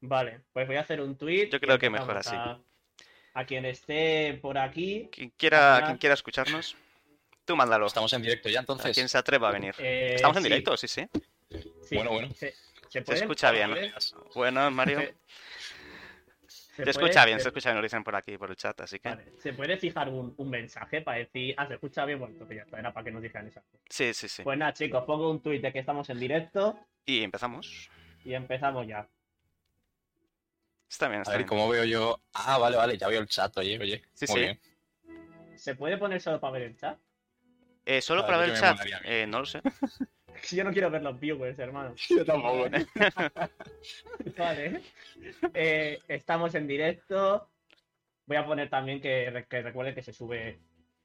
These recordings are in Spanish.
Vale, pues voy a hacer un tweet. Yo creo que mejor así. A, a quien esté por aquí, Quien quiera, Ajá. quien quiera escucharnos, tú mándalo. Estamos en directo ya, A quien entonces. se atreva a venir. Eh, Estamos en sí, directo, sí, sí. sí. Bueno, bueno. Se, se Se puede? escucha bien. Bueno, Mario. Se- se Se puede- escucha bien, se se- escucha bien, lo dicen por aquí, por el chat, así que. vale, ¿Se puede fijar un, un mensaje para decir, ah, se escucha bien? Bueno, entonces ya está, era para que nos dijeran esas cosas. Sí, sí, sí. Pues nada, chicos, pongo un tweet de que estamos en directo Y empezamos. y empezamos ya. Está bien, A está ver, bien. ¿cómo veo yo? Ah, vale, vale, ya veo el chat, oye, oye. Sí, Muy sí. bien. ¿Se puede poner solo para ver el chat? Eh, solo Vale, para ver yo el me chat, molaría a mí. eh, no lo sé. Yo no quiero ver los viewers, hermano. Yo tampoco, ¿eh? Vale. Eh, estamos en directo. Voy a poner también que, re- que recuerde que se sube.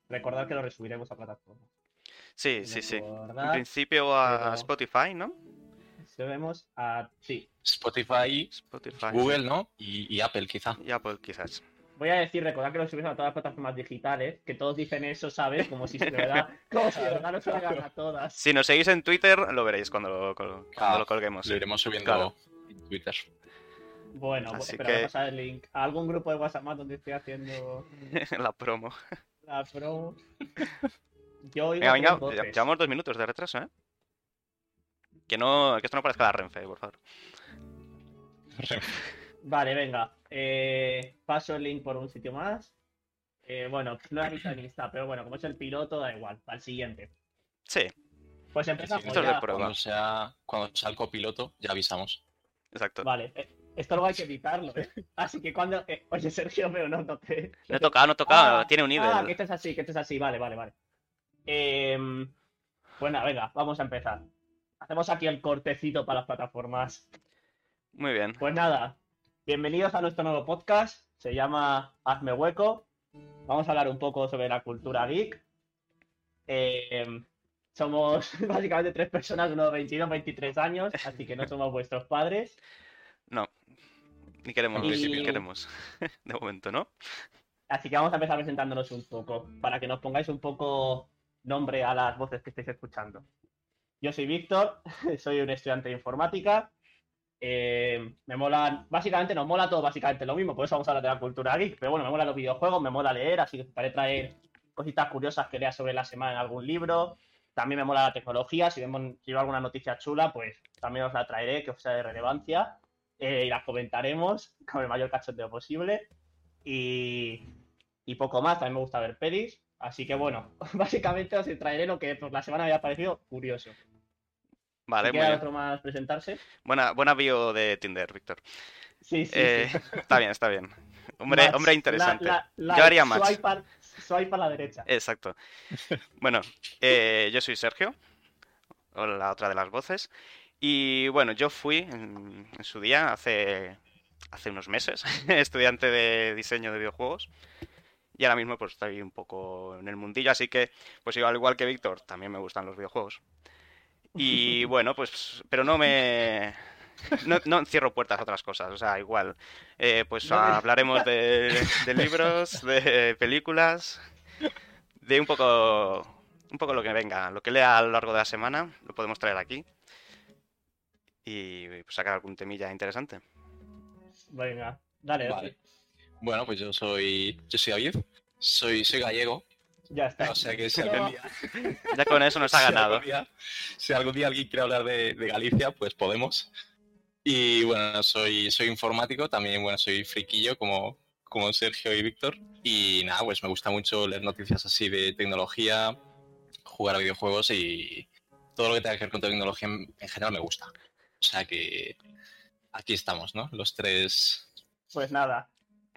Recordad que lo resubiremos a plataforma. Sí, sí, sí. En Recordad, principio a pero- Spotify, ¿no? subimos a. Sí. Spotify, Spotify. Google, ¿no? Y, y Apple, quizá. Ya, pues quizás. Voy a decir, recordad que lo subimos a todas las plataformas digitales, que todos dicen eso, ¿sabes? Como si de verdad, como si de verdad nos fueran a todas. Si nos seguís en Twitter, lo veréis cuando lo, col- cuando Ah, lo colguemos. Lo iremos subiendo Claro. en Twitter. Bueno, pues, Así pero que- voy a pasar el link a algún grupo de WhatsApp más donde estoy haciendo La promo. la promo. Yo oigo Venga, venga, tres lle- voces. llevamos dos minutos de retraso, ¿eh? Que, no, que esto no parezca la Renfe, por favor. Vale, venga. Eh, paso el link por un sitio más. Eh, bueno, no he visto en Insta, pero bueno, como es el piloto, da igual. Al siguiente. Sí, Pues empezamos Esto es de ya. prueba. Cuando sea, cuando sea el copiloto, ya avisamos. exacto. Vale, eh, esto luego hay que editarlo, ¿eh? Así que cuando. eh, oye, Sergio, pero no, no te. No he tocado, no he tocado, Ah, tiene un Ah, nivel. que esto es así, que esto es así. Vale, vale, vale. Em, bueno, venga, vamos a empezar. Hacemos aquí el cortecito para las plataformas. Muy bien. Pues nada, bienvenidos a nuestro nuevo podcast. Se llama Hazme Hueco. Vamos a hablar un poco sobre la cultura geek. Eh, somos básicamente tres personas de unos 22, 23 años, así que no somos vuestros padres. No. Ni queremos, Y- ni queremos. De momento, ¿no? Así que vamos a empezar presentándonos un poco, para que nos pongáis un poco nombre a las voces que estáis escuchando. Yo soy Víctor, soy un estudiante de informática. eh, me molan, básicamente nos mola todo, básicamente lo mismo, por eso vamos a hablar de la cultura geek, pero bueno, me molan los videojuegos, me mola leer, así que para traer cositas curiosas que lea sobre la semana en algún libro. También me mola la tecnología, si vemos si veo alguna noticia chula, pues también os la traeré, que os sea de relevancia, eh, y las comentaremos con el mayor cachondeo posible. Y, y poco más. También me gusta ver pelis. Así que bueno, básicamente os traeré lo que por la semana me había parecido curioso. Vale, ¿Si muy queda bien. otro más presentarse? Buena, buena bio de Tinder, Víctor. Sí, sí. Eh, sí. Está bien, está bien. Hombre, Match. hombre La- interesante. la- la- Yo haría match. Swipe a, swipe a la derecha. Exacto. Bueno, eh, yo soy Sergio, o la otra de las voces. Y bueno, yo fui en, en su día, hace, hace unos meses, estudiante de diseño de videojuegos. Y ahora mismo pues estoy un poco en el mundillo, así que pues yo, al igual que Víctor, también me gustan los videojuegos. Y bueno, pues, pero no me... No, no cierro puertas a otras cosas, o sea, igual. Eh, pues No me- hablaremos de, de libros, de películas, de un poco, un poco lo que venga, lo que lea a lo largo de la semana, lo podemos traer aquí. Y pues, sacar algún temilla interesante. Venga, dale. Vale. Bueno, pues yo soy, yo soy David, soy, soy gallego, Ya está. o sea que si algún día, Ya con eso nos ha si algún ganado. día- si algún día alguien quiere hablar de, de Galicia, pues podemos. Y bueno, soy, soy informático, también bueno, soy friquillo como, como Sergio y Víctor. Y nada, pues me gusta mucho leer noticias así de tecnología, jugar a videojuegos y todo lo que tenga que ver con tecnología en, en general me gusta. O sea que aquí estamos, ¿no? Los tres Pues nada.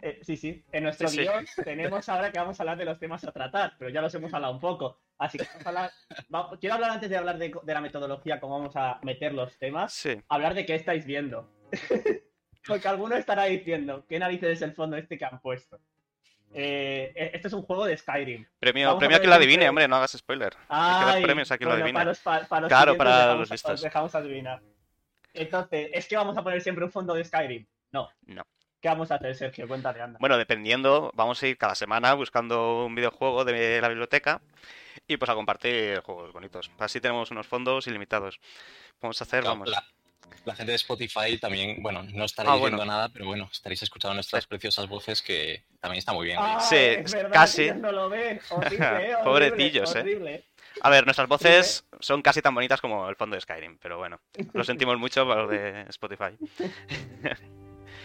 Eh, sí, sí. En nuestro Sí, sí. guión tenemos ahora que vamos a hablar de los temas a tratar, pero ya los hemos hablado un poco. Así que vamos a hablar. va- quiero hablar antes de hablar de, de la metodología, cómo vamos a meter los temas. Sí. hablar de qué estáis viendo. Porque alguno estará diciendo, ¿qué narices es el fondo este que han puesto? Eh, e- esto es un juego de Skyrim. Vamos Premio, a premio a ver que lo entre- adivine, hombre, no hagas spoiler. que dar Ay, premios a quien lo adivina. Para los, pa- para los Claro, siguientes para dejamos- los listos. os dejamos adivinar. Entonces, ¿es que vamos a poner siempre un fondo de Skyrim? No. No. ¿Qué vamos a hacer, Sergio? Cuéntale, anda. Bueno, dependiendo, vamos a ir cada semana buscando un videojuego de la biblioteca y pues a compartir juegos bonitos. Así tenemos unos fondos ilimitados. Vamos a hacer, Claro, vamos. La, La gente de Spotify también, bueno, no estaréis Ah, bueno. diciendo nada, pero bueno, estaréis escuchando nuestras preciosas voces que también está muy bien. Ah, Sí, es verdad, casi. ellos no lo ven. Horrible, eh, horrible, Pobretillos, eh. horrible. A ver, nuestras voces son casi tan bonitas como el fondo de Skyrim, pero bueno, lo sentimos mucho para los de Spotify.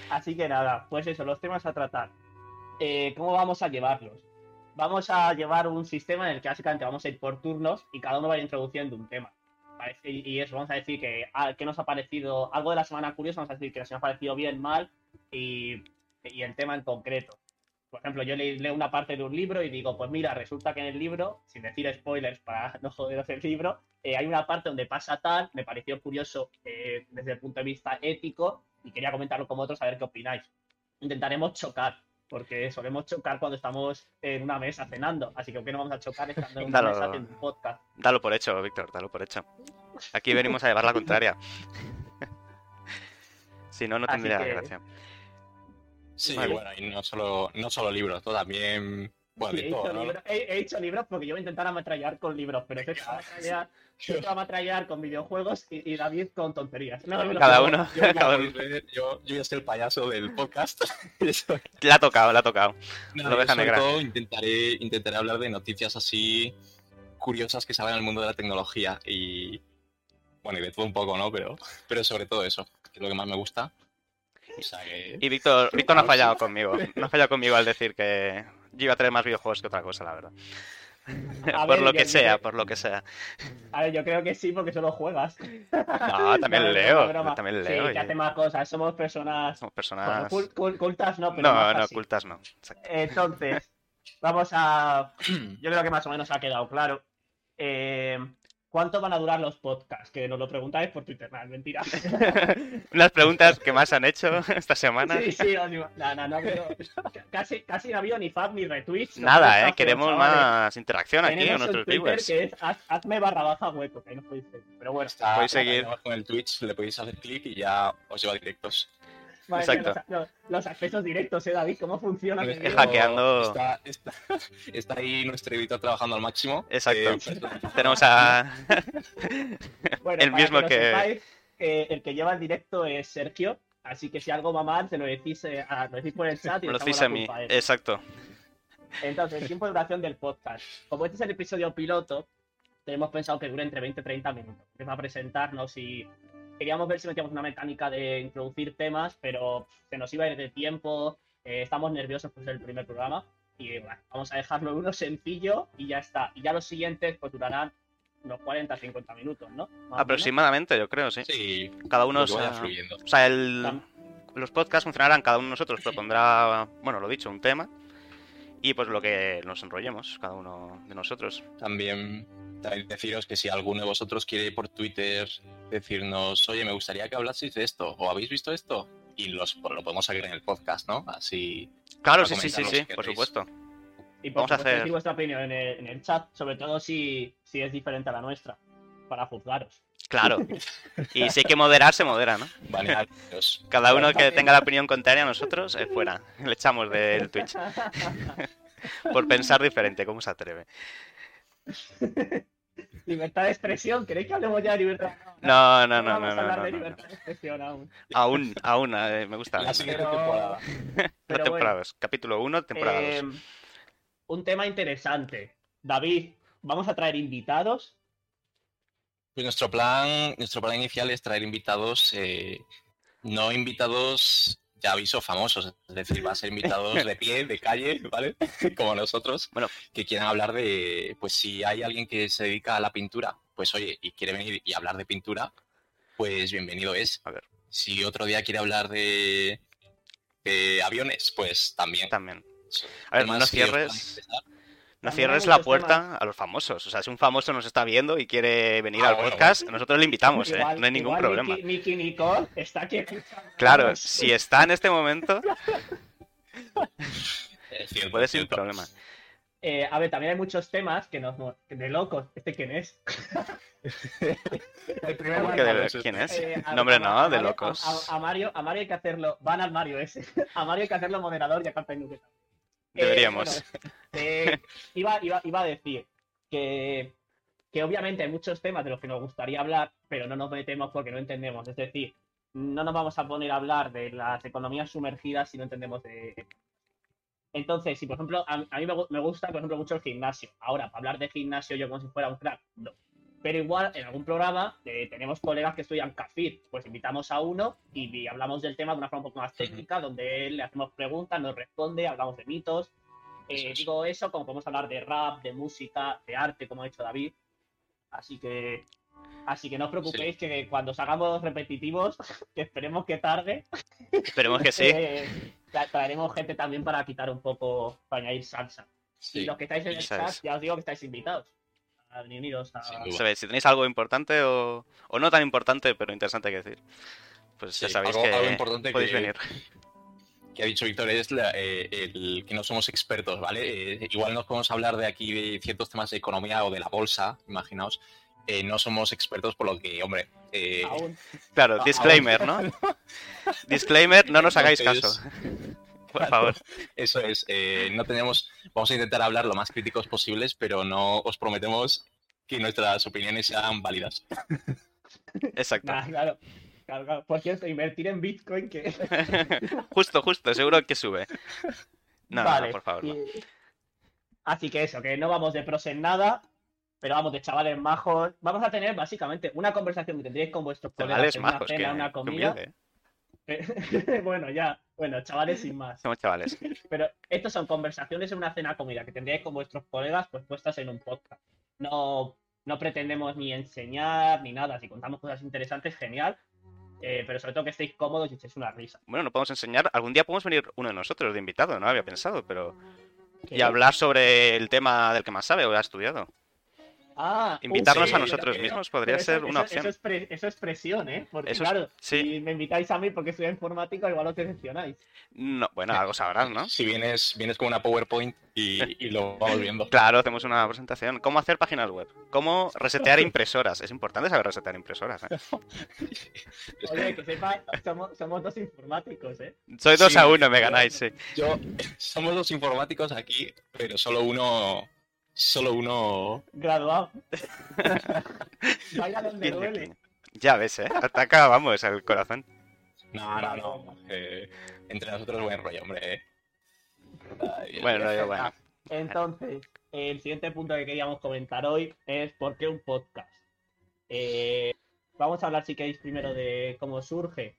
Así que nada, pues eso, los temas a tratar. Eh, ¿Cómo vamos a llevarlos? Vamos a llevar un sistema en el que básicamente vamos a ir por turnos y cada uno va a ir introduciendo un tema. Parece- Y y eso, vamos a decir que, ah, que nos ha parecido algo de la semana curiosa, vamos a decir que nos ha parecido bien, mal y, y el tema en concreto. Por ejemplo, yo le- leo una parte de un libro y digo, pues mira, resulta que en el libro, sin decir spoilers para no joderos el libro, eh, hay una parte donde pasa tal, me pareció curioso eh, desde el punto de vista ético y quería comentarlo con vosotros a ver qué opináis. Intentaremos chocar, porque solemos chocar cuando estamos en una mesa cenando, así que ¿por qué no vamos a chocar estando en una Dalo. mesa haciendo un podcast? Dalo por hecho, Víctor, dalo por hecho. Aquí venimos a llevar la contraria. si no, no Así tendría que- gracia. Sí, Vale. bueno, y no solo, no solo libros, todo también. Bueno, Sí, he, de todo, hecho ¿no? libros, he- he hecho libros porque yo voy a intentar ametrallar con libros, pero César va a ametrallar, César va a ametrallar con videojuegos y, y David con tonterías. No, no, no, Cada no. uno. Yo, como Cada podéis ver, yo, yo voy a ser el payaso del podcast. Yo soy- La ha tocado, la ha tocado. Nada, La oveja yo sobre negra. todo intentaré, intentaré hablar de noticias así curiosas que salgan al mundo de la tecnología y. Bueno, y de todo un poco, ¿no? Pero, pero sobre todo eso, que es lo que más me gusta. O sea que. Y Víctor, Víctor no ha fallado conmigo. No ha fallado conmigo al decir que yo iba a traer más videojuegos que otra cosa, la verdad. A por ver, lo yo- que yo- sea, por lo que sea. A ver, yo creo que sí, porque solo juegas. No, Ah, también No, es broma, leo. broma. También Sí, leo. que y- hace más cosas. Somos personas Somos personas. bueno, cul- cul- cultas, no, pero No, más no, así. ocultas no. Exacto. Entonces, vamos a. Yo creo que más o menos ha quedado claro. Eh, ¿Cuánto van a durar los podcasts? Que nos lo preguntáis por Twitter, nada, es mentira. Las preguntas que más han hecho esta semana. Sí, sí, os digo, no, no, no, pero casi, casi no ha habido ni fab ni retweets. Nada, eh. Nosotros, Queremos chavales, más interacción aquí con tenemos un nuestros Twitter viewers. que es haz- hazme barra baja hueco, que ahí nos podéis seguir. Pero bueno, Está- podéis está seguir. abajo en el Twitch, le podéis hacer clic y ya os lleva a directos. madre mía, Exacto. Los, los- los accesos directos, ¿eh, David? ¿Cómo funciona? Es que Dios? hackear. hackeando- Está, está- está ahí nuestro editor trabajando al máximo. Exacto. Eh, personalizado. Tenemos a. Bueno, El para mismo lo que- sepáis, eh, el que lleva el directo es Sergio, así que si algo va mal, se lo decís, eh, a- lo decís por el chat y Me le lo echamos decís la a mí. culpa a él. Exacto. Entonces, el tiempo de duración del podcast. Como este es el episodio piloto, tenemos pensado que dure entre 20 y 30 minutos. Que va a presentarnos y queríamos ver si metíamos una mecánica de introducir temas, pero pff, se nos iba a ir de tiempo, eh, estamos nerviosos por ser el primer programa. Y eh, bueno, vamos a dejarlo en uno sencillo y ya está. Y ya los siguientes pues durarán unos 40, 50 minutos, ¿no? Más o menos. Aproximadamente, yo creo, sí. Sí, Cada uno. porque vaya se- fluyendo. O sea, el- Tam- los podcasts funcionarán, cada uno de nosotros propondrá, bueno, lo dicho, un tema. Y pues lo que nos enrollemos, cada uno de nosotros. También, también deciros que si alguno de vosotros quiere por Twitter decirnos, oye, me gustaría que hablaseis de esto, o habéis visto esto, y los, pues, lo podemos sacar en el podcast, ¿no? Así. Claro, sí, Para sí, sí, comentarlo sí, si por queréis. supuesto. Y Vamos supuesto, a hacer- decir vuestra opinión en el, en el chat, sobre todo si, si es diferente a la nuestra, para juzgaros. Claro. Y si hay que moderar, se modera, ¿no? Vale, adiós. Cada uno que tenga la opinión contraria a nosotros, es fuera. Le echamos del Twitch. Por pensar diferente, ¿cómo se atreve? libertad de expresión, ¿queréis que hablemos ya de libertad? No, no, no, vamos no, a no. hablar no, de no, no. libertad de expresión aún. Aún, aún, eh, me gusta. La Las siguiente Pero- temporada. Pero bueno. temporadas. Capítulo 1, temporada 2. Eh, un tema interesante. David, ¿vamos a traer invitados? Pues nuestro plan, nuestro plan inicial es traer invitados, eh, no invitados de aviso famosos, es decir, va a ser invitados de pie, de calle, ¿vale? Como nosotros, Bueno. que quieran hablar de, pues si hay alguien que se dedica a la pintura, pues oye, y quiere venir y hablar de pintura, pues bienvenido es. A ver. Si otro día quiere hablar de, de aviones, pues Eh, también. También. A ver, Temas no que os puedan cierres. interesar. No También hay cierres la muchos puerta a los famosos. O sea, si un famoso nos está viendo y quiere venir Ah, al bueno, podcast, nosotros le invitamos, ¿eh? Igual- No hay ningún igual problema. Nicky, Nicky Nicole está aquí. Claro, si está en este momento, Eh, cierto, puede sin cierto. problema. Eh, a ver, también hay muchos temas que nos... mo- De locos, ¿este quién es? el primer ¿Cómo que de- ¿Quién es? Eh, a- No, hombre, a- no, a de Mario- locos. A, a Mario, a Mario hay que hacerlo. Van al Mario ese. A Mario hay que hacerlo moderador y a Carta Inútil. Eh, Deberíamos. bueno, eh, iba, iba, iba a decir que que obviamente hay muchos temas de los que nos gustaría hablar, pero no nos metemos porque no entendemos. Es decir, no nos vamos a poner a hablar de las economías sumergidas si no entendemos de... Entonces, si por ejemplo, a, a mí me, gu- me gusta, por ejemplo, mucho el gimnasio. Ahora, para hablar de gimnasio yo como si fuera un crack, no. Pero igual, en algún programa eh, tenemos colegas que estudian CAFIR, pues invitamos a uno y, y hablamos del tema de una forma un poco más técnica, donde él le hacemos preguntas, nos responde, hablamos de mitos. Eh, Eso es. Digo eso, como podemos hablar de rap, de música, de arte, como ha hecho David. Así que, así que no os preocupéis que cuando os hagamos repetitivos, que esperemos que tarde, Esperemos que sí. eh, tra- traeremos gente también para quitar un poco, para añadir salsa. Y Sí. los que estáis en el Eso es. chat, ya os digo que estáis invitados. A veniros a... Sin duda. Eso es, si tenéis algo importante o, o no tan importante, pero interesante que decir, pues ya Sí, sabéis algo- que algo importante podéis que- venir. que ha dicho Víctor es la- eh, el que no somos expertos, ¿vale? Eh, igual nos podemos hablar de aquí de ciertos temas de economía o de la bolsa, imaginaos. Eh, no somos expertos, por lo que, hombre, eh, Aún. Claro, Ah, disclaimer, ¿no? disclaimer, no nos hagáis caso, Entonces, por favor. Eso es, eh, no tenemos, vamos a intentar hablar lo más críticos posibles, pero no os prometemos que nuestras opiniones sean válidas. Exacto. Nah, claro. Claro, claro. Por cierto, invertir en Bitcoin que... justo, justo, seguro que sube. No, no, Vale, no, por favor. no. y- Así que eso, que no vamos de pros en nada, pero vamos de chavales majos. Vamos a tener básicamente una conversación que tendréis con vuestros colegas Chavales en una majos, que, cena, una que comida. humilde, ¿eh? Eh, bueno, ya, bueno, chavales sin más. Somos chavales. Pero estos son conversaciones en una cena comida que tendréis con vuestros colegas pues puestas en un podcast. No, no pretendemos ni enseñar ni nada. Si contamos cosas interesantes, genial. Eh, pero sobre todo que estéis cómodos y echéis una risa. Bueno, no podemos enseñar. Algún día podemos venir uno de nosotros de invitado, no había pensado, pero. Y hablar sobre el tema del que más sabe o ha estudiado. Ah, Invitarnos Uh, sí, e a nosotros pero- mismos podría pero ser eso, eso- una opción. Eso es, pre- eso es presión, ¿eh? Porque Eso es- claro, sí. si me invitáis a mí porque soy informática, igual os decepcionáis. No, bueno, algo sabrás, ¿no? Si vienes, vienes con una PowerPoint y, y lo vamos viendo. Claro, hacemos una presentación. ¿Cómo hacer páginas web? ¿Cómo resetear impresoras? Es importante saber resetear impresoras. ¿eh? Oye, que sepa, somos, somos dos informáticos, ¿eh? Soy dos Sí. a uno, me ganáis, sí. Yo, somos los informáticos aquí, pero solo uno, solo uno Graduado. Vaya donde Piña, duele. piña. Ya ves, ¿eh? Ataca, vamos, al corazón. No, no, no. eh, entre nosotros buen rollo, hombre. eh. Ay, eh, ah, Bueno, no digo, bueno. Entonces, el siguiente punto que queríamos comentar hoy es por qué un podcast. Eh, vamos a hablar, si queréis, primero de cómo surge.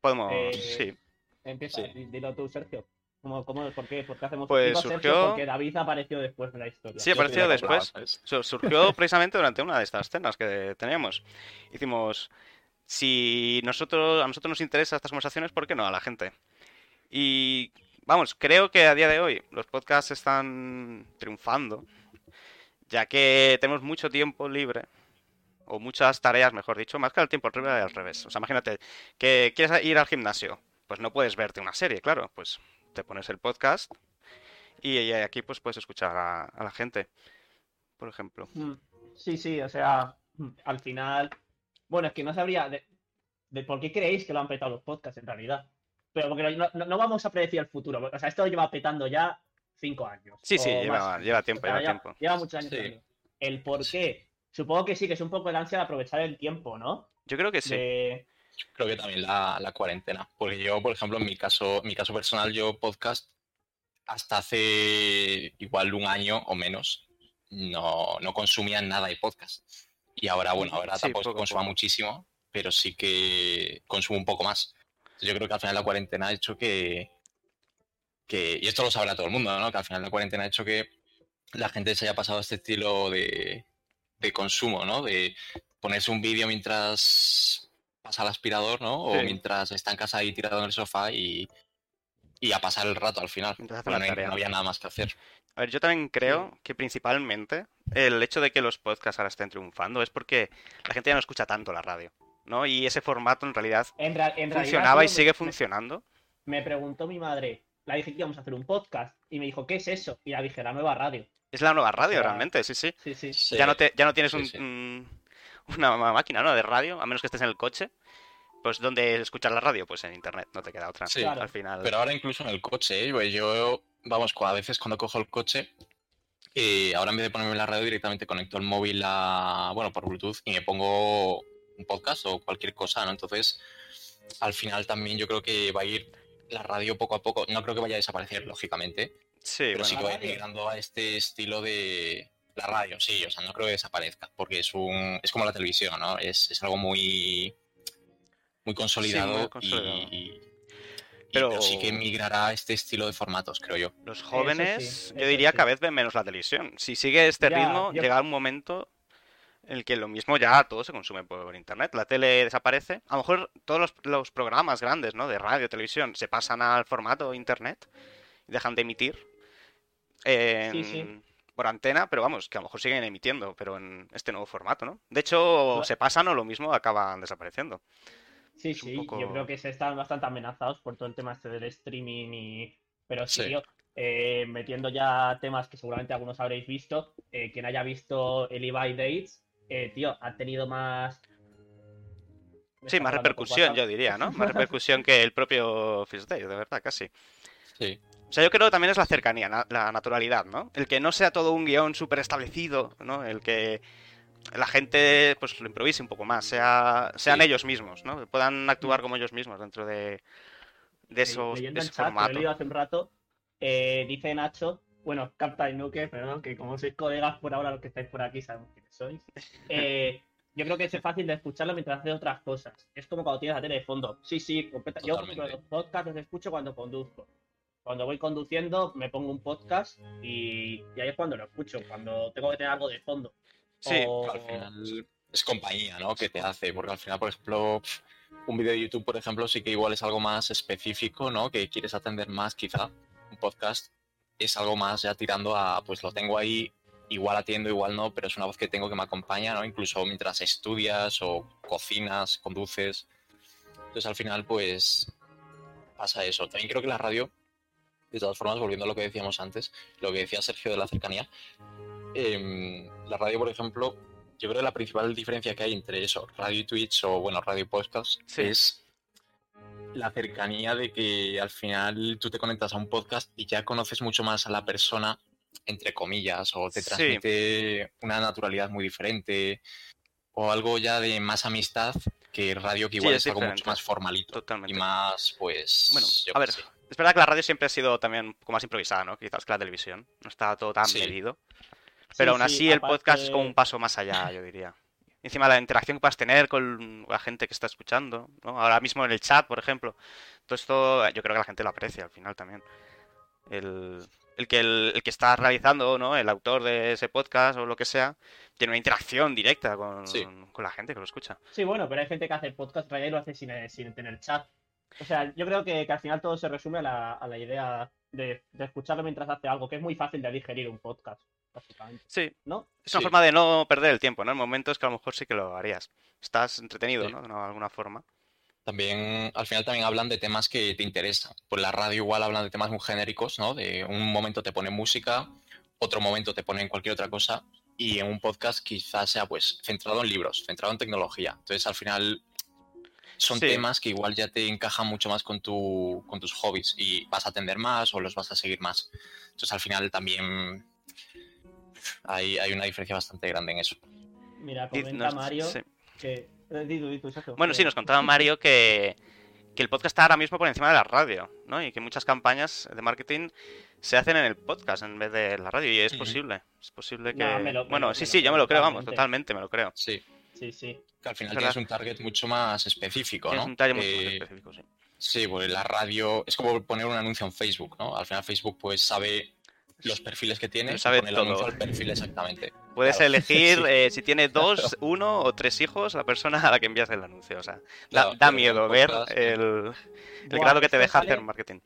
Podemos, Eh, sí. Empieza, Sí. di- dilo tú, Sergio. ¿Cómo, cómo, ¿Por qué? ¿Por qué hacemos Pues digo surgió- Sergio porque David apareció después de la historia. Sí, yo apareció tenía después. comprado, ¿sabes? Su- Surgió precisamente durante una de estas cenas que teníamos. Hicimos, si nosotros, a nosotros nos interesan estas conversaciones, ¿por qué no a la gente? Y vamos, creo que a día de hoy los podcasts están triunfando, ya que tenemos mucho tiempo libre, o muchas tareas, mejor dicho, más que el tiempo libre al revés. O sea, imagínate que quieres ir al gimnasio, pues no puedes verte una serie, claro, pues te pones el podcast y y aquí pues puedes escuchar a- a la gente, por ejemplo. Mm, Sí, sí, o sea, mm, al final. Bueno, es que no sabría de, de por qué creéis que lo han petado los podcasts en realidad. Pero porque no, no- no vamos a predecir el futuro. O sea, esto lleva petando ya cinco años. Sí, sí, o lleva, más. lleva O tiempo, sea, lleva ya- tiempo. lleva muchos años. Sí. petando. El por qué. Supongo que sí, que es un poco el ansia de aprovechar el tiempo, ¿no? Yo creo que sí. De- Creo que también la, la cuarentena. Porque yo, por ejemplo, en mi caso, mi caso personal, yo podcast hasta hace igual un año o menos no, no consumía nada de podcast. Y ahora, bueno, ahora Sí, tampoco es que poco a consuma poco. muchísimo, pero sí que consumo un poco más. Yo creo que al final la cuarentena ha hecho que, que- y esto lo sabrá todo el mundo, ¿no? Que al final la cuarentena ha hecho que la gente se haya pasado a este estilo de, de consumo, ¿no? De ponerse un vídeo mientras pasa el aspirador, ¿no? O Sí. mientras está en casa ahí tirado en el sofá y, y a pasar el rato al final. Mientras hace Porque la no, hay- tarea. no había nada más que hacer. A ver, yo también creo que principalmente el hecho de que los podcasts ahora estén triunfando es porque la gente ya no escucha tanto la radio, ¿no? Y ese formato en realidad en ra- en realidad funcionaba y solo me- sigue funcionando. Me preguntó mi madre. La dije que íbamos a hacer un podcast. Y me dijo, ¿qué es eso? Y la dije, la nueva radio. Es la nueva radio sea, realmente, sí, sí. Sí, sí. Ya no, te, ya no tienes sí, un- sí. un- una ma- máquina, ¿no? De radio, a menos que estés en el coche. Pues ¿dónde escuchar la radio? Pues en internet, no te queda otra. Sí, Claro. Al final. Pero ahora incluso en el coche, ¿eh? Pues yo, vamos, cu- a veces cuando cojo el coche, eh, ahora en vez de ponerme la radio directamente conecto el móvil a, bueno, por Bluetooth y me pongo un podcast o cualquier cosa, ¿no? Entonces, al final también yo creo que va a ir la radio poco a poco, no creo que vaya a desaparecer, lógicamente, Sí, pero bueno. sí que ¿La va a ir radio? migrando a este estilo de la radio, sí, o sea, no creo que desaparezca, porque es un es como la televisión, ¿no? Es, es algo muy muy consolidado, muy y- consolidado. Y, y- Pero- pero... sí que migrará a este estilo de formatos, creo yo. Los jóvenes, yo eso diría sí. que a veces ven menos la televisión. Si sigue este Ya, ritmo, yo- llega un momento en el que lo mismo ya todo se consume por internet. La tele desaparece. A lo mejor todos los, los programas grandes, ¿no? De radio, televisión, se pasan al formato internet y dejan de emitir en- Sí, sí. por antena, pero vamos, que a lo mejor siguen emitiendo, pero en este nuevo formato, ¿no? De hecho, Cla- se pasan o lo mismo acaban desapareciendo. Sí, Es un sí, poco- yo creo que se están bastante amenazados por todo el tema este del streaming y... Pero sí, Sí. tío, eh, metiendo ya temas que seguramente algunos habréis visto, eh, quien haya visto el Levi Dates, eh, tío, ha tenido más... Me Sí, está hablando más por repercusión, yo WhatsApp. diría, ¿no? Más repercusión que el propio First Day, de verdad, casi. Sí. O sea, yo creo que también es la cercanía, na- la naturalidad, ¿no? El que no sea todo un guión súper establecido, ¿no? El que la gente pues lo improvise un poco más, sea, sean Sí. ellos mismos, ¿no? Que puedan actuar como ellos mismos dentro de, de esos, de leyendo el ese chat, que lo he formato. leído hace un rato, eh, dice Nacho, bueno, Captain Nuke, perdón, que como sois colegas por ahora los que estáis por aquí sabemos quiénes sois. eh, yo creo que es fácil de escucharlo mientras haces otras cosas. Es como cuando tienes la tele de fondo. Sí, sí, completa- yo por ejemplo, Totalmente. los podcasts los escucho cuando conduzco. Cuando voy conduciendo me pongo un podcast y, y ahí es cuando lo escucho, cuando tengo que tener algo de fondo. Sí, O- Al final es compañía, ¿no? Que te hace, porque al final, por ejemplo, pf, un vídeo de YouTube, por ejemplo, sí que igual es algo más específico, ¿no? Que quieres atender más, quizá. Un podcast es algo más ya tirando a, pues lo tengo ahí, igual atiendo, igual no, pero es una voz que tengo que me acompaña, ¿no? Incluso mientras estudias o cocinas, conduces. Entonces, al final, pues pasa eso. También creo que la radio, de todas formas, volviendo a lo que decíamos antes, lo que decía Sergio de la cercanía, em, la radio, por ejemplo, yo creo que la principal diferencia que hay entre eso, radio y Twitch o bueno, radio y podcast, Sí. es la cercanía de que al final tú te conectas a un podcast y ya conoces mucho más a la persona, entre comillas, o te Sí. transmite una naturalidad muy diferente, o algo ya de más amistad que radio, que Sí, igual es es, algo mucho diferente. más formalito Totalmente. y más, pues. Bueno, yo a qué ver, sé. es verdad que la radio siempre ha sido también un poco más improvisada, ¿no? Quizás que la televisión. No está todo tan Sí. medido. Sí, Pero aún sí, así el podcast es como aparte- un paso más allá, yo diría. Encima la interacción que puedas tener con la gente que está escuchando, ¿no? Ahora mismo en el chat, por ejemplo. Todo esto yo creo que la gente lo aprecia al final también. El, el que, el, el que está realizando, ¿no? El autor de ese podcast o lo que sea, tiene una interacción directa con, Sí. con la gente que lo escucha. Sí, bueno, pero hay gente que hace podcast en realidad y lo hace sin, eh, sin tener chat. O sea, yo creo que, que al final todo se resume a la, a la idea de, de escucharlo mientras hace algo, que es muy fácil de digerir un podcast, básicamente, Sí, ¿no? es una Sí. forma de no perder el tiempo, ¿no? En momentos que a lo mejor sí que lo harías. Estás entretenido, Sí. ¿no? De una- alguna forma. También, al final también hablan de temas que te interesan. Pues la radio igual hablan de temas muy genéricos, ¿no? De un momento te ponen música, otro momento te ponen cualquier otra cosa, y en un podcast quizás sea pues centrado en libros, centrado en tecnología. Entonces al final son Sí. temas que igual ya te encajan mucho más con tu, con tus hobbies y vas a atender más o los vas a seguir más. Entonces al final también hay, hay una diferencia bastante grande en eso. Mira, Diz- comenta nos- Mario sí. que... eh, di tú, di tú, Sergio, Bueno, que- sí, nos contaba Mario que, que el podcast está ahora mismo por encima de la radio, ¿no? Y que muchas campañas de marketing se hacen en el podcast en vez de la radio, y es Ujú. posible. Es posible que. No, me lo- me bueno, lo- sí, me lo sí, yo creo me lo creo, vamos, totalmente. totalmente me lo creo. Sí, Sí, sí. que al final Verdad. tienes un target mucho más específico, ¿no? Es un talle mucho más Eh, específico, sí. Sí, porque la radio es como poner un anuncio en Facebook, ¿no? Al final Facebook pues sabe los perfiles que tiene, Lo sabe pone el todo. anuncio al perfil exactamente. Puedes claro, elegir sí. eh, si tiene dos, uno o tres hijos la persona a la que envías el anuncio. O sea, da- Claro, da pero miedo en ver podcast, el, el Buah, grado que te esto deja sale- hacer marketing.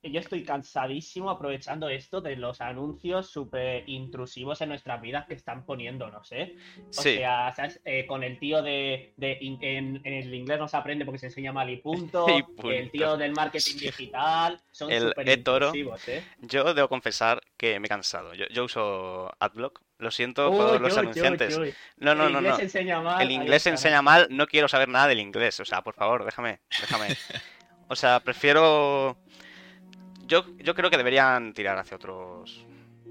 Yo estoy cansadísimo aprovechando esto de los anuncios súper intrusivos en nuestras vidas que están poniéndonos, ¿eh? O Sí, sea, ¿sabes? Eh, con el tío de, de in- en, en el inglés no se aprende porque se enseña mal y punto. Y punto. El tío del marketing Sí. digital. Son El E súper e-toro. intrusivos, ¿eh? yo debo confesar que me he cansado. Yo, yo uso AdBlock. Lo siento Uy, por ¿eh? uy, los uy, anunciantes. uy. No, no, el no, inglés no. enseña mal. El inglés ahí está, enseña mal, no quiero saber nada del inglés. O sea, por favor, déjame, déjame. O sea, prefiero. Yo, yo creo que deberían tirar hacia otros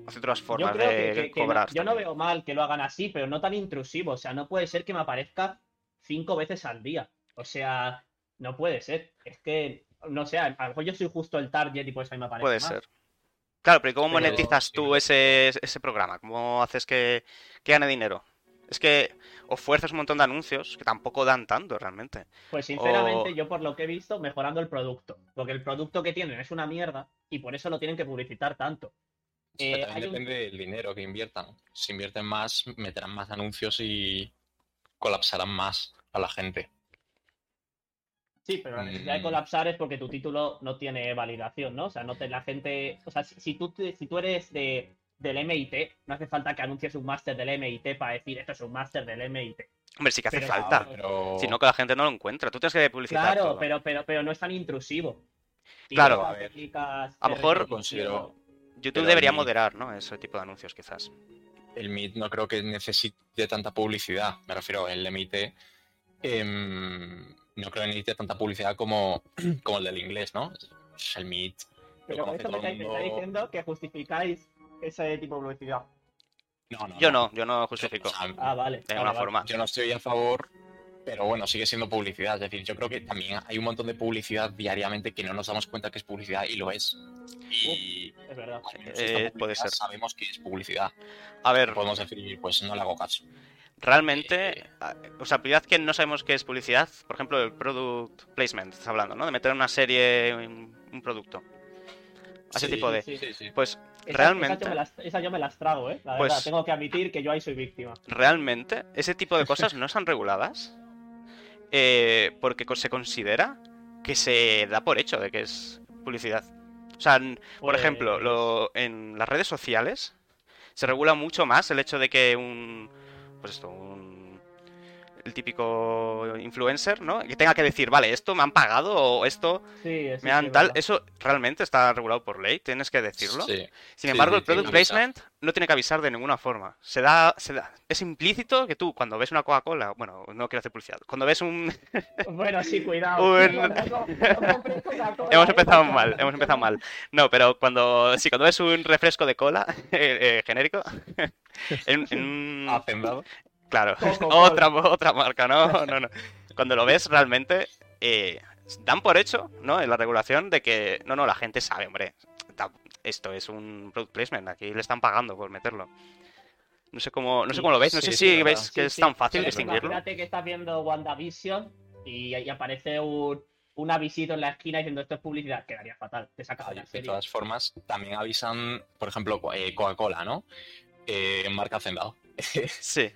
Hace otras Yo formas creo de que, que- que no- cobrar. yo no también. veo mal que lo hagan así, pero no tan intrusivo. O sea, no puede ser que me aparezca cinco veces al día. O sea, no puede ser. Es que, no sé, a lo mejor yo soy justo el target y pues ahí me aparece. Puede más. ser. Claro, pero ¿y ¿cómo Pero- monetizas tú ese, ese programa? ¿Cómo haces que, que gane dinero? Es que o fuerzas un montón de anuncios que tampoco dan tanto realmente. Pues sinceramente, O- yo por lo que he visto, mejorando el producto. Porque el producto que tienen es una mierda y por eso lo tienen que publicitar tanto. Eh, Pero hay también un- depende del dinero que inviertan. Si invierten más, meterán más anuncios y colapsarán más a la gente. Sí, pero la necesidad de Mm. colapsar es porque tu título no tiene validación, ¿no? O sea, no te la gente. O sea, si, si tú, te- si tú eres de, del MIT, no hace falta que anuncies un máster del MIT para decir esto es un máster del MIT. Hombre, sí que hace Pero- falta. Pero... Si no, que la gente no lo encuentra. Tú tienes que publicitar Claro, todo. pero, pero, pero no es tan intrusivo. Y Claro. luego A ver. aplicas- A lo mejor- Yo considero- YouTube pero debería ni- moderar, ¿no? Ese tipo de anuncios, quizás. el MIT no creo que necesite tanta publicidad. Me refiero, el MIT em, no creo que necesite tanta publicidad como, como el del inglés, ¿no? El MIT. Pero con conoce esto me todo el estáis, me estáis mundo. diciendo que justificáis ese tipo de publicidad. No, no, Yo no, yo no justifico. O sea, Ah, vale. De vale, alguna vale. forma. yo no estoy a favor, pero bueno, sigue siendo publicidad. Es decir, yo creo que también hay un montón de publicidad diariamente que no nos damos cuenta que es publicidad y lo es. Y Es verdad. al menos esta Eh, puede publicidad ser. sabemos que es publicidad. A ver, Podemos decir, pues no le hago caso. Realmente, Eh, a- o sea, publicidad que no sabemos qué es publicidad, por ejemplo, el product placement, estás hablando, ¿no? De meter en una serie un, un producto. A ese Sí, tipo de... sí, Sí, sí. Pues Esas- Realmente. Esas yo, me las, esas yo me las trago, ¿eh? La Pues- verdad, tengo que admitir que yo ahí soy víctima. realmente ese tipo de cosas no están reguladas eh, porque co- se considera que se da por hecho de que es publicidad. O sea, n- por Pues- ejemplo, lo, en las redes sociales se regula mucho más el hecho de que un... Pues esto, un... El típico influencer, ¿no? Que tenga que decir, vale, esto me han pagado o esto Sí, sí, me han sí, tal... verdad. Eso realmente está regulado por ley, tienes que decirlo. Sí. Sin Sí, embargo, sí, el tiene product que avisar. placement no tiene que avisar de ninguna forma. Se da, se da. Es implícito que tú, cuando ves una Coca-Cola, bueno, no quiero hacer publicidad, cuando ves un. este- Bueno, sí, cuidado. Un- No, no, no compré Coca-Cola, hemos ¿eh? empezado mal, hemos empezado mal. No, pero cuando. Sí, cuando ves un refresco de cola eh, eh, genérico. en- en un- Hacendado. Claro, Coca-Cola. otra, otra marca, no, no, no. Cuando lo ves realmente, eh, dan por hecho, ¿no? En la regulación de que, no, no, la gente sabe, hombre, ta- esto es un product placement, aquí le están pagando por meterlo. No sé cómo, no sé Sí, cómo lo veis, no sí, sé sí, si es veis verdad. que Sí, es sí, tan fácil Sí, es distinguirlo. Imagínate que estás viendo WandaVision y, y aparece un, un avisito en la esquina diciendo esto es publicidad. Quedaría fatal. Te sacas de Oye, la de serie. todas formas, también avisan, por ejemplo, co- eh, Coca-Cola, ¿no? Eh, marca Hacendado. Sí,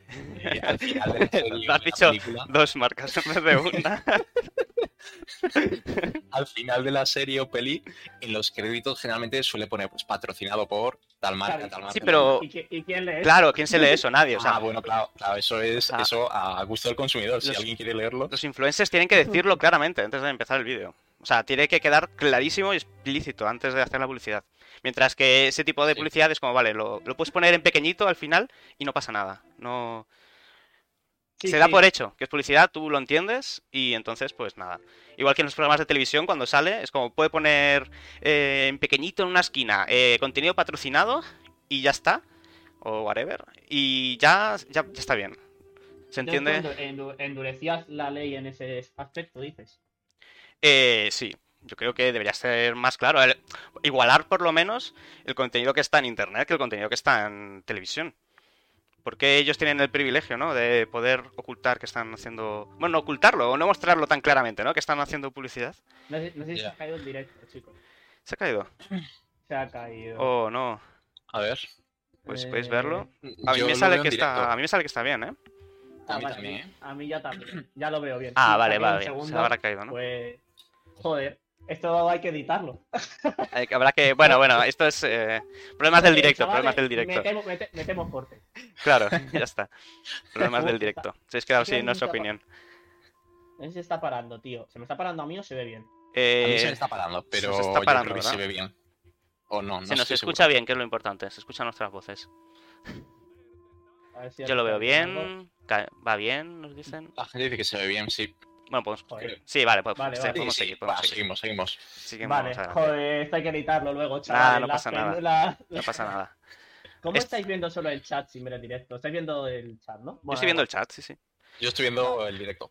Y al final del episodio Lo has de la dicho. película- dos marcas en vez de una. al final de la serie o peli, en los créditos generalmente suele poner pues, patrocinado por tal marca, Claro. tal marca. Sí, tal pero- ¿Y, qui- y quién le es? Claro, ¿quién se lee eso? Nadie, marca. o sea, ah, bueno, claro, claro, eso es sea, eso a gusto del consumidor. Si los- alguien quiere leerlo, los influencers tienen que decirlo claramente antes de empezar el vídeo. O sea, tiene que quedar clarísimo y explícito antes de hacer la publicidad. Mientras que ese tipo de Sí. publicidad es como, vale, lo, lo puedes poner en pequeñito al final y no pasa nada. No Sí, Se da sí. por hecho que es publicidad, tú lo entiendes y entonces pues nada. Igual que en los programas de televisión cuando sale, es como puede poner eh, en pequeñito en una esquina eh, contenido patrocinado y ya está. O whatever. Y ya, ya, ya está bien. ¿Se Entonces, entiende? endu- endu- endurecías la ley en ese aspecto, dices. Eh, sí, yo creo que debería ser más claro. el- igualar por lo menos el contenido que está en internet que el contenido que está en televisión. Porque ellos tienen el privilegio, ¿no? De poder ocultar que están haciendo. Bueno, no ocultarlo o no mostrarlo tan claramente, ¿no? Que están haciendo publicidad. No sé, no sé si se Ya. ha caído en directo, chicos. ¿Se ha caído? Se ha caído. Oh, no. a ver. Pues Eh, podéis verlo. A yo mí lo me sale veo que en está. directo. A mí me sale que está bien, ¿eh? Ah, a mí vale, también, bien. A mí ya también. Ya lo veo bien. Ah, Sí, vale, también un vale. Se segundo, habrá caído, ¿no? Pues. Joder. Esto hay que editarlo. Hay que- Habrá que. Bueno, bueno, esto es. eh, Problemas del Eh, directo, chavales, problemas del directo. Metemos, mete- metemos corte. Claro, ya está. Problemas del directo. Se habéis quedado Creo que sin nuestra nunca- opinión. No sé si se está parando, tío. ¿Se me está parando a mí o se ve bien? A mí se Eh, me está parando, pero está yo parando, creo que ¿verdad? se ve bien. O no, no se nos estoy escucha bien, que es lo importante. Se escuchan nuestras voces. A ver si Yo lo veo está parando. bien. ca- Va bien, nos dicen. seguro. La gente dice que se ve bien, sí. Bueno, podemos. Joder. Sí, vale, pues, Vale, sí, vale. podemos Sí, sí, seguir. va, Podemos seguir. seguimos, seguimos. Seguimos Vale, adelante. joder, esto hay que editarlo luego, chaval. no pasa nada. No pasa nada. ¿Cómo Es- estáis viendo solo el chat sin ver el directo? ¿Estáis viendo el chat, no? Yo Bueno, estoy viendo el chat, sí, sí. Yo estoy viendo el directo.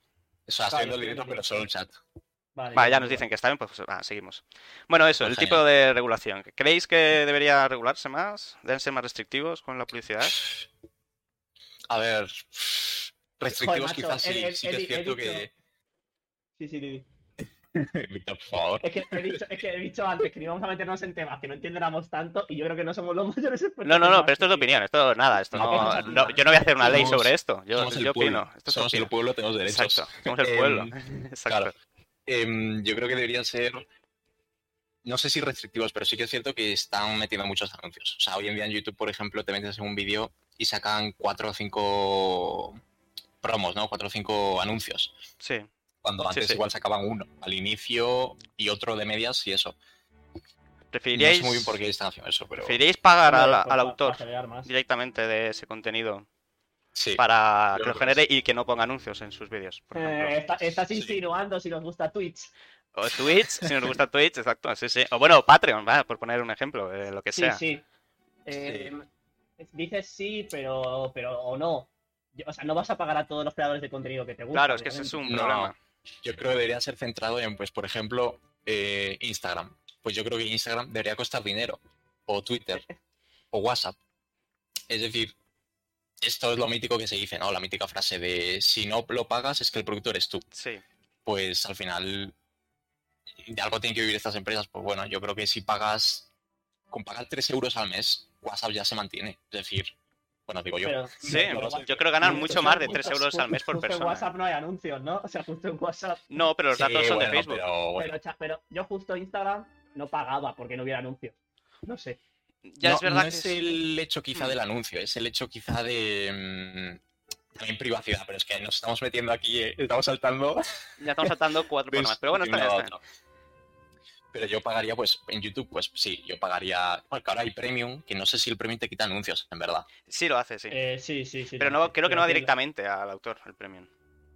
O sea, estoy Ah. Vale, viendo el directo, estoy viendo el pero directo. solo el chat. Vale, Vale, ya nos dicen que está bien, pues ah, seguimos. Bueno, eso, Pues el genial. tipo de regulación. ¿Creéis que debería regularse más? ¿Deben ser más restrictivos con la publicidad? A ver, restrictivos macho, quizás sí. he- he- sí que he es di- cierto he dicho- que. Sí, sí, sí. Víctor, por favor. Es que, he dicho, es que he dicho antes que no íbamos a meternos en temas que no entenderamos tanto y yo creo que no somos los mayores expertos. No, no, en no, pero esto es de marketing. opinión, esto nada, esto No, no, somos- no, yo no voy a hacer una ley somos- sobre esto, yo, somos el yo pueblo. opino, esto es Somos el opinión. pueblo, tenemos derechos. Exacto, somos el Em, pueblo, exacto. claro. Em, yo creo que deberían ser. No sé si restrictivos, pero sí que es cierto que están metiendo muchos anuncios. O sea, hoy en día en YouTube, por ejemplo, te metes en un vídeo y sacan cuatro o cinco promos, ¿no? Cuatro o cinco anuncios. Sí, Cuando antes sí. igual sacaban uno al inicio y otro de medias y eso. No ¿preferiríais, sé muy bien por qué están haciendo eso, pero. preferiríais pagar Hombre, al, pues, al pa- autor pa generar más. directamente de ese contenido Sí. para yo que lo creo que genere y que no ponga anuncios en sus vídeos, por Eh, ejemplo? está- estás Sí. insinuando si nos gusta Twitch. O Twitch, si nos gusta Twitch, exacto, sí, sí. O bueno, Patreon, va, por poner un ejemplo, eh, lo que Sí, sea. sí. Eh, Dices sí, pero, pero o no. Yo- O sea, no vas a pagar a todos los creadores de contenido que te gustan. Claro, es que ese es un No. problema. Yo creo que debería ser centrado en, pues, por ejemplo, eh, Instagram. Pues yo creo que Instagram debería costar dinero. O Twitter. o WhatsApp. Es decir, esto es lo mítico que se dice, ¿no? La mítica frase de si no lo pagas es que el productor es tú. Sí, Pues al final, de algo tienen que vivir estas empresas. Pues bueno, yo creo que si pagas, con pagar 3 euros al mes, WhatsApp ya se mantiene. Es decir, bueno, digo yo. Pero- sí. pero no, WhatsApp- Yo creo ganar Justo mucho en más de WhatsApp- 3 euros al mes por justo persona. en WhatsApp no hay anuncios, ¿no? O sea, justo en WhatsApp. No, pero los Sí, datos son de bueno, Facebook. pero bueno, Pero, cha- pero yo justo Instagram no pagaba porque no hubiera anuncios. No sé. Ya no, es verdad no que es es- el hecho quizá Hmm. del anuncio, es el hecho quizá de mm, también privacidad, pero es que nos estamos metiendo aquí, eh, estamos saltando ya estamos saltando cuatro Pues, problemas. Pero bueno, de está un bien, lado está a otro. Pero yo pagaría, pues, en YouTube, pues sí, yo pagaría. Porque ahora hay Premium, que no sé si el Premium te quita anuncios, en verdad. bien. Sí, lo hace, sí. Eh, sí, sí, sí. pero lo no, sé. creo que no va ¿quién lo- directamente al autor, el premium.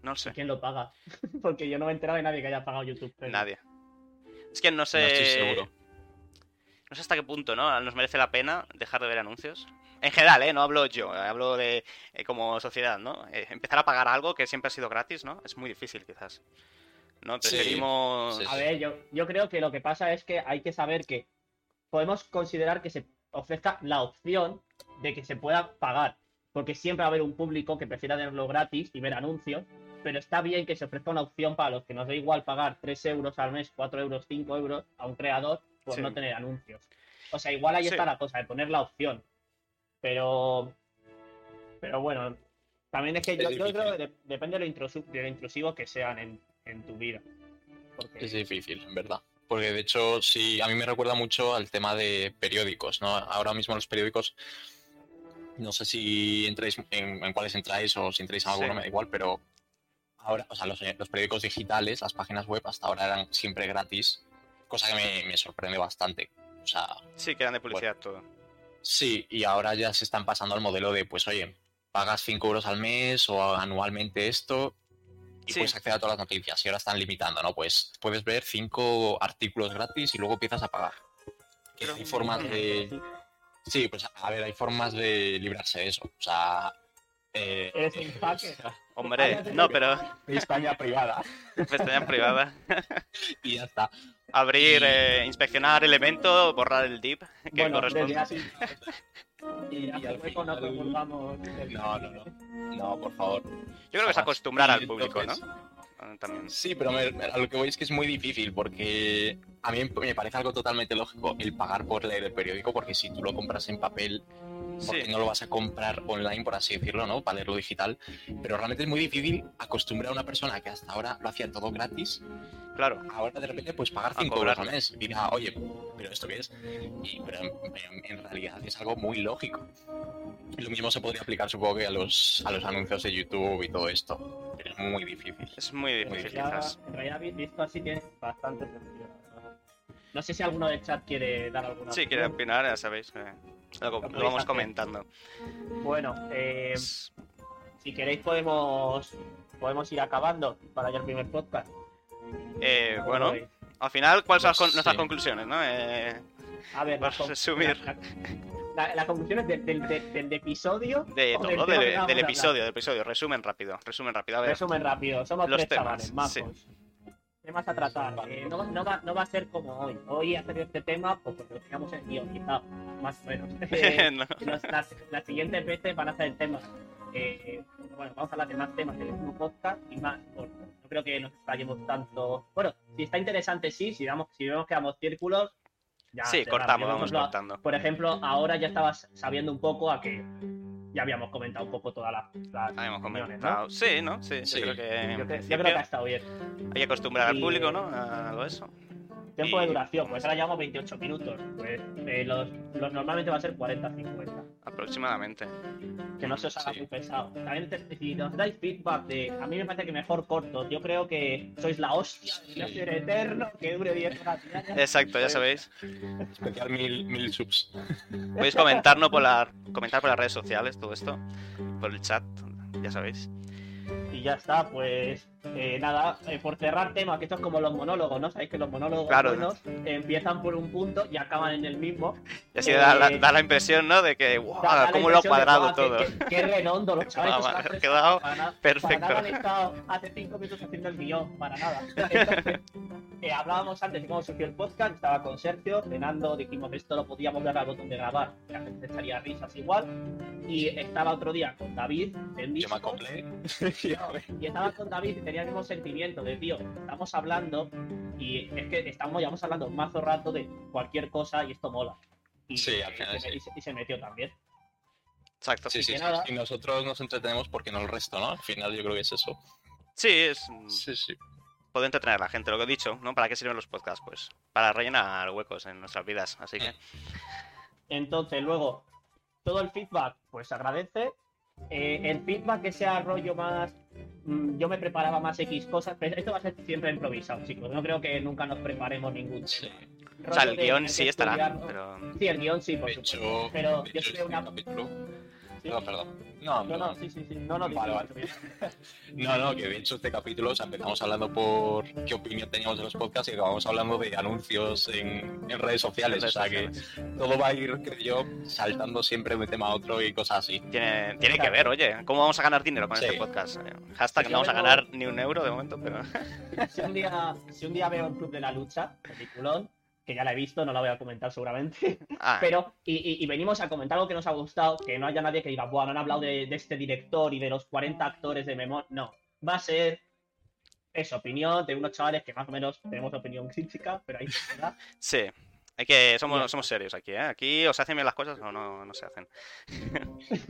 No sé, ¿Quién lo paga? porque yo no me he enterado de nadie que haya pagado YouTube. Premium. nadie. Es que no sé. No estoy seguro. No sé hasta qué punto, ¿no? Nos merece la pena dejar de ver anuncios. En general, ¿eh? No hablo yo, hablo de eh, como sociedad, ¿no? Eh, empezar a pagar algo que siempre ha sido gratis, ¿no? Es muy difícil, quizás. No, Sí, preferimos... sí, A ver, yo, yo creo que lo que pasa es que hay que saber que podemos considerar que se ofrezca la opción de que se pueda pagar, porque siempre va a haber un público que prefiera verlo gratis y ver anuncios, pero está bien que se ofrezca una opción para los que nos da igual pagar 3 euros al mes, 4 euros, 5 euros a un creador por Sí. no tener anuncios. O sea, igual ahí Sí. está la cosa de poner la opción, pero... Pero bueno, también es que Es yo, yo difícil. creo que de- depende de lo, intrusivo, de lo intrusivos que sean en, en tu vida. Porque- Es difícil, en verdad. Porque de hecho, sí, a mí me recuerda mucho al tema de periódicos, ¿no? Ahora mismo los periódicos. No sé si entráis en, en cuáles entráis o si entráis en Sí. alguno, me da igual, pero ahora, o sea, los, los periódicos digitales, las páginas web, hasta ahora eran siempre gratis, cosa que me, me sorprende bastante. O sea, Sí, quedan de publicidad todo. Sí, y ahora ya se están pasando al modelo de, pues oye, pagas 5 euros al mes o anualmente esto y Sí. puedes acceder a todas las noticias. Y ahora están limitando, ¿no? Pues puedes ver 5 artículos gratis y luego empiezas a pagar. Que Pero- hay formas de... Sí, pues a ver, hay formas de librarse de eso. O sea... eh, Eres un hacker. Hombre, Pues Cállate, no, que- pero España privada. pestaña privada. Y ya está. Abrir, Y- eh, inspeccionar elemento, borrar el dip que Bueno, corresponde. desde así, Y, ya y al luego no final- promulgamos el- No, no, no. No, por favor. Yo creo que es acostumbrar al Y público, ¿no? entonces- Ah, También. Sí, pero me- me- a lo que voy es que es muy difícil porque a mí me parece algo totalmente lógico el pagar por leer el periódico porque si tú lo compras en papel, porque Sí, no lo vas a comprar online, por así decirlo, ¿no? Para leerlo digital. Pero realmente es muy difícil acostumbrar a una persona que hasta ahora lo hacía todo gratis, claro. ahora de repente pues pagar A 5 euros cobrarlo. al mes. Y dirá, oye, ¿pero esto qué es? Y, pero en, en- en realidad es algo muy lógico. Lo mismo se podría aplicar supongo que a los, a los anuncios de YouTube y todo esto. Pero es muy difícil. Es muy Pero difícil, ya- quizás. En realidad, vi- visto así, tiene bastante sentido. ¿no? No sé si alguno del chat quiere dar alguna. Sí, quiere opinión. opinar, ya sabéis. eh, lo, lo podéis vamos hacer. comentando. Bueno, eh, Es- si queréis, podemos podemos ir acabando para ya el primer podcast. eh, ¿Cómo lo bueno, veis? al final, ¿cuáles son las pues con- nuestras sí. conclusiones, no? Eh, A ver, Vas las a con- resumir. las- La, la conclusión es del, del- del- del episodio. De o del todo, tema de- que acabamos del de episodio, hablar. del episodio. Resumen rápido, resumen rápido. A ver, Resumen rápido, somos Los tres temas, chavales, majos. Temas a tratar. eh, no, no va, no va a ser como hoy. Hoy hacer este tema, pues porque lo teníamos en guionizado, más o menos. Eh, No. los- las, las siguientes veces van a ser temas. eh, bueno, vamos a hablar de más temas del mismo podcast y más corto. No creo que nos estallemos tanto. Bueno, si está interesante, sí. Si, damos, si vemos que damos círculos, ya. sí, cerramos. Yo, por cortamos, vamos ejemplo, cortando. por ejemplo, ahora ya estabas sabiendo un poco a que ya habíamos comentado un poco todas las. las Ah, hemos opiniones, comentado. Sí, ¿no? Sí, Sí. yo creo que, en Yo, cre- yo principio creo que ha estado bien. hay que acostumbrar al Y- público, ¿no? A lo eso. Tiempo Y- de duración, pues ahora llevamos 28 minutos. Pues eh, los, los normalmente va a ser 40-50. Aproximadamente. Que no se os haga Sí. muy pesado. También te- si nos dais feedback de. A mí me parece que mejor corto. Yo creo que sois la hostia de Sí. ser eterno, que dure 10 horas. diarias. Exacto, ya Pues, sabéis. Especial mil, mil subs. Podéis comentarnos por, la, comentar por las redes sociales, todo esto. Por el chat, ya sabéis. Y ya está, pues eh, nada, eh, por cerrar temas, que esto es como los monólogos, ¿no? Sabéis que los monólogos Claro. buenos empiezan por un punto y acaban en el mismo. Y así da, la, Eh, da la impresión, ¿no? De que, wow, Da- da la cómo lo ha impresión de, cuadrado "Guau, todo. Qué, qué- qué redondo los chavales. Guau, que se ha han quedado para nada- perfecto. Para nada han estado hace cinco minutos haciendo el guión, para nada. Entonces, eh, hablábamos antes de cómo surgió el podcast, estaba con Sergio, cenando, dijimos esto lo podíamos dar al botón de grabar, la gente estaría risas igual. Y estaba otro día con David, en Yo me Discord, acoplé. y estaba con David y tenía el mismo sentimiento de, tío, estamos hablando y es que estamos, llevamos hablando un mazo rato de cualquier cosa y esto mola. Y, Sí, al y final se, sí. y se- y se metió también. Exacto. Sí, Sí, sí, que sí. nada. Y nosotros nos entretenemos porque no el resto, ¿no? Al final yo creo que es eso. es, Sí, sí. puede entretener a la gente, lo que he dicho, ¿no? ¿Para qué sirven los podcasts? Pues para rellenar huecos en nuestras vidas. Así que, Entonces, luego, todo el feedback, pues se agradece. Eh, el feedback que sea rollo más. mm, yo me preparaba más X cosas, pero esto va a ser siempre improvisado, chicos. No creo que nunca nos preparemos ningún Sí. tema. o sea, Rollo el de guión tener sí que estará, estudiarlo. pero Sí, el guión sí, por De supuesto. hecho, Pero de yo hecho, soy una- este capítulo- Sí. No, perdón. No, No, no, sí, sí, sí. No, no, Vale, sí, vale. sí, sí. No, no, que de hecho este capítulo o sea, empezamos hablando por qué opinión teníamos de los podcasts y acabamos hablando de anuncios en, en redes sociales. redes o sea que sociales. todo va a ir, creo yo, saltando siempre de un tema a otro y cosas así. tiene, tiene que ver, oye, ¿cómo vamos a ganar dinero con Sí. este podcast? Eh, Hashtag Yo no vamos a vengo- ganar ni un euro de momento, pero si un día, si un día veo el Club de la Lucha, peliculón, que ya la he visto, no la voy a comentar seguramente, Ah, pero, y, y- y venimos a comentar algo que nos ha gustado, que no haya nadie que diga, bueno, han hablado de, de este director y de los 40 actores de memoria, no, va a ser esa opinión de unos chavales que más o menos tenemos opinión crítica, pero ahí se queda. sí. Hay que, somos, Bien. somos serios aquí, ¿eh? Aquí o se hacen bien las cosas o no, no se hacen.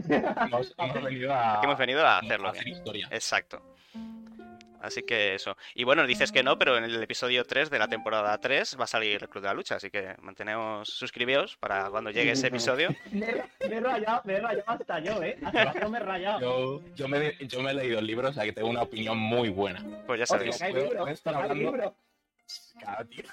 Hemos, hemos venido a, Aquí hemos venido a a hacerlo bien. hacer historia. Exacto. Así que eso. Y bueno, dices que no, pero en el episodio 3 de la temporada 3 va a salir el Club de la Lucha, así que manteneos, suscribíos para cuando llegue ese episodio. Me, he- me he rayado, me he rayado hasta yo, ¿eh? Hasta yo me he rayado. Yo, yo, me, yo me he leído el libro, o sea que tengo una opinión muy buena. Pues Oye, ya sabéis. que hay puedo- libro, puedo estar hay hablando. libro. Claro, tío.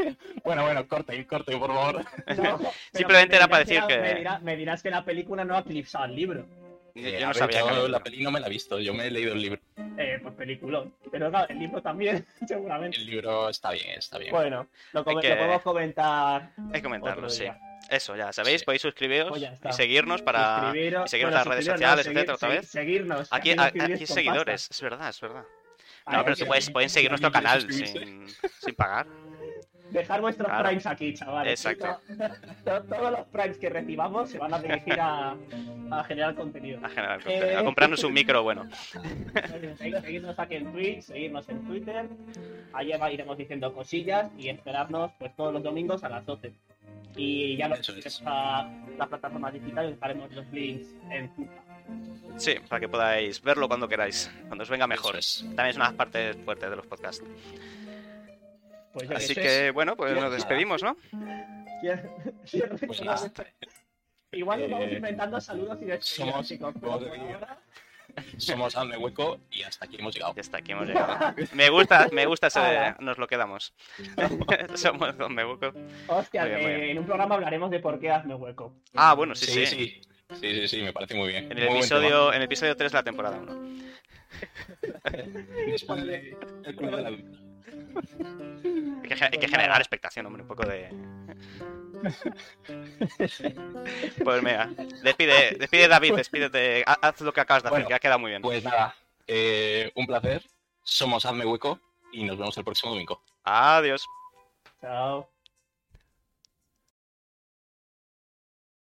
Bueno, bueno, corten, corten, por favor. No, pero Simplemente era me dirás para decir la- que- Me dirás, me dirás que la película no ha eclipsado al libro. Yo, yo Eh, a no ver, sabía yo que había- la peli no me la he visto, yo me he leído el libro. Eh, pues peliculón. Pero claro, el libro también, seguramente. El libro está bien, está bien. Bueno, lo, come- Hay que- lo podemos comentar. hay que otro comentarlo, sí. día. Eso, ya sabéis, Sí. podéis suscribiros Pues ya está. y seguirnos para... Suscribiros- y seguirnos en las redes suscribiros, sociales, seguir- etcétera, otra segui- vez. Seguirnos. Aquí, nos a- suscribiréis aquí con seguidores, es verdad, es verdad. pasta. No, Hay pero que tú puedes, pueden seguir nuestro Alguien canal quiere sin, sin pagar. Dejar vuestros Claro. primes aquí, chavales. Exacto. To- Todos los primes que recibamos se van a dirigir a, a generar contenido. A generar contenido, a Eh. comprarnos un micro bueno. Segu- Seguirnos aquí en Twitch, seguirnos en Twitter. Ahí va- iremos diciendo cosillas y esperarnos pues todos los domingos a las 12. Y ya nos Eso es. iremos a las plataformas digitales y dejaremos los links en Twitter. Sí, para que podáis verlo cuando queráis, cuando os venga mejor. Eso es. También es una de las partes fuertes de los podcasts. Pues yo Así Así sé. que, bueno, pues Ya nos está. despedimos, ¿no? Cier- cierre Pues con nada. esto. Igual nos vamos Eh, inventando saludos y despedidas, somos- chicos. pero somos de por vídeo. ahora- Somos Hazme Hueco y hasta aquí hemos llegado. Ya está, aquí hemos llegado. Me gusta, me gusta ese... Ala. Nos lo quedamos. Somos Don Mebuco. Hostia, Muy bien, muy que bien. en un programa hablaremos de por qué hazme hueco. Ah, bueno, sí, sí. sí. Sí, sí, sí, sí, me parece muy bien. En el Muy buen episodio, en el episodio 3 de la temporada 1. tema. Después de- el club de la- Hay que, ge- hay que Pues nada. generar expectación, hombre, un poco de... Pues mira, despide, despide David, despídete, ha- haz lo que acabas de hacer, Bueno, que ha quedado muy bien. Pues nada, eh, un placer. Somos Hazme Hueco y nos vemos el próximo domingo. Adiós. Chao.